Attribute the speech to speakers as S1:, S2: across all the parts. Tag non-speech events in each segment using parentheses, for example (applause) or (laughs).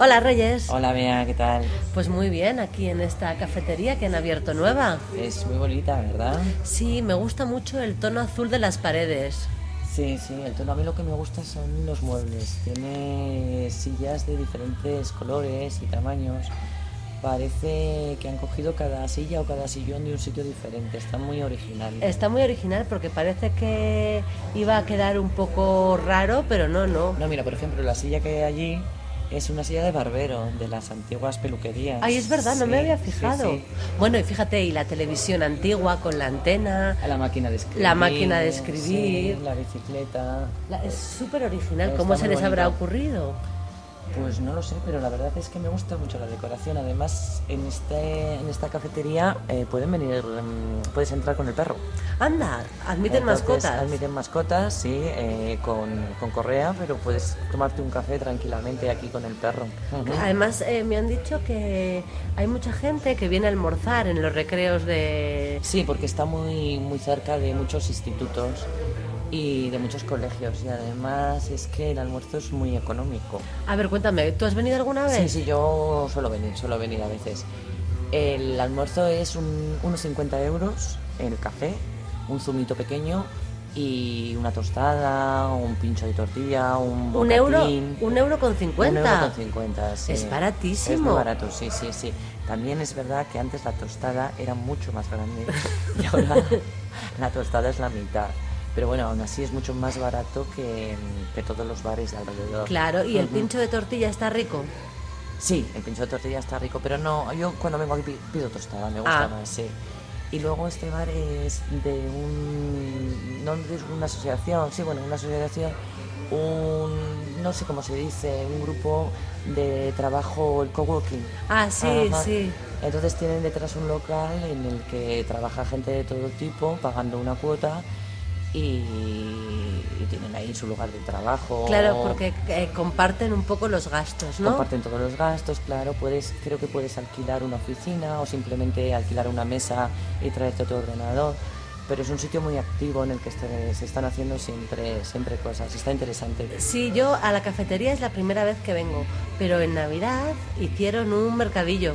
S1: Hola Reyes.
S2: Hola Bea, ¿qué tal?
S1: Pues muy bien, aquí en esta cafetería que han abierto nueva.
S2: Es muy bonita, ¿verdad?
S1: Sí, me gusta mucho el tono azul de las paredes.
S2: Sí, sí, el tono a mí lo que me gusta son los muebles. Tiene sillas de diferentes colores y tamaños. Parece que han cogido cada silla o cada sillón de un sitio diferente. Está muy original.
S1: Está muy original porque parece que iba a quedar un poco raro, pero no, no.
S2: No, mira, por ejemplo, la silla que hay allí es una silla de barbero, de las antiguas peluquerías.
S1: Ay, es verdad, no
S2: Sí,
S1: me había
S2: sí,
S1: fijado.
S2: sí.
S1: Bueno, y fíjate, y la televisión antigua con la antena.
S2: La máquina de escribir.
S1: La máquina de
S2: sí,
S1: escribir.
S2: la bicicleta.
S1: La- es súper original,
S2: Está
S1: ¿cómo se
S2: muy
S1: les habrá
S2: bonito.
S1: ocurrido?
S2: Pues no lo sé, pero la verdad es que me gusta mucho la decoración. Además, en, este, en esta cafetería eh, pueden venir, mm, puedes entrar con el perro.
S1: Anda, admiten
S2: Entonces,
S1: mascotas.
S2: Admiten mascotas, sí, eh, con, con correa, pero puedes tomarte un café tranquilamente aquí con el perro. Ujú.
S1: Además, eh, me han dicho que hay mucha gente que viene a almorzar en los recreos de...
S2: Sí, porque está muy, muy cerca de muchos institutos y de muchos colegios. Y además es que el almuerzo es muy económico.
S1: A ver, cuéntame, ¿tú has venido alguna
S2: Sí,
S1: vez?
S2: sí, yo suelo venir, suelo venir a veces. El almuerzo es un- unos 50 euros, el café, un zumito pequeño y una tostada, un pincho de tortilla, un
S1: Un euro,
S2: bocatín.
S1: un euro con cincuenta.
S2: Un euro con 50, sí.
S1: Es baratísimo.
S2: Es muy barato, sí, sí, sí. También es verdad que antes la tostada era mucho más grande y ahora
S1: (laughs)
S2: la tostada es la mitad. Pero bueno, aún así es mucho más barato que, que todos los bares de alrededor.
S1: Claro, y el
S2: Ujú.
S1: pincho de tortilla está rico.
S2: Sí, el pincho de tortilla está rico, pero no, yo cuando vengo aquí pi- pido tostada, me gusta
S1: Ah.
S2: más, sí. Y luego este bar es de un, no es una asociación, sí, bueno, una asociación, un, no sé cómo se dice, un grupo de trabajo, el coworking.
S1: Ah, sí,
S2: Ajá.
S1: sí.
S2: Entonces tienen detrás un local en el que trabaja gente de todo tipo, pagando una cuota y, y tienen ahí su lugar de trabajo.
S1: Claro, porque eh, comparten un poco los gastos, ¿no?
S2: Oh. Comparten todos los gastos, claro, puedes, creo que puedes alquilar una oficina o simplemente alquilar una mesa y traerte tu ordenador. Pero es un sitio muy activo en el que este- se están haciendo siempre, siempre cosas. Está interesante.
S1: Sí, yo a la cafetería es la primera vez que vengo, pero en Navidad hicieron un mercadillo.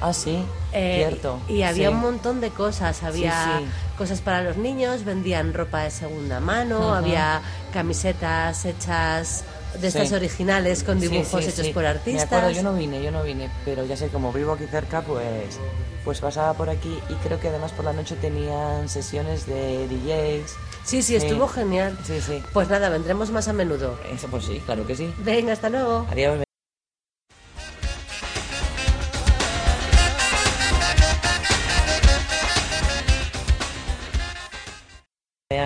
S2: Ah, sí,
S1: Eh,
S2: cierto.
S1: Y había
S2: sí.
S1: un montón de cosas. Había
S2: sí.
S1: cosas para los niños, vendían ropa de segunda mano,
S2: Ajá.
S1: había camisetas hechas de
S2: Sí.
S1: estas originales con
S2: Sí,
S1: dibujos
S2: sí,
S1: hechos
S2: sí.
S1: por
S2: Me
S1: artistas.
S2: acuerdo, yo no vine, yo no vine, pero ya sé, como vivo aquí cerca, pues, pues pasaba por aquí y creo que además por la noche tenían sesiones de DJs.
S1: Sí, sí, estuvo genial.
S2: Sí, sí.
S1: Pues nada, vendremos más a menudo.
S2: Eso pues sí, claro que sí.
S1: Venga, hasta luego.
S2: Adiós.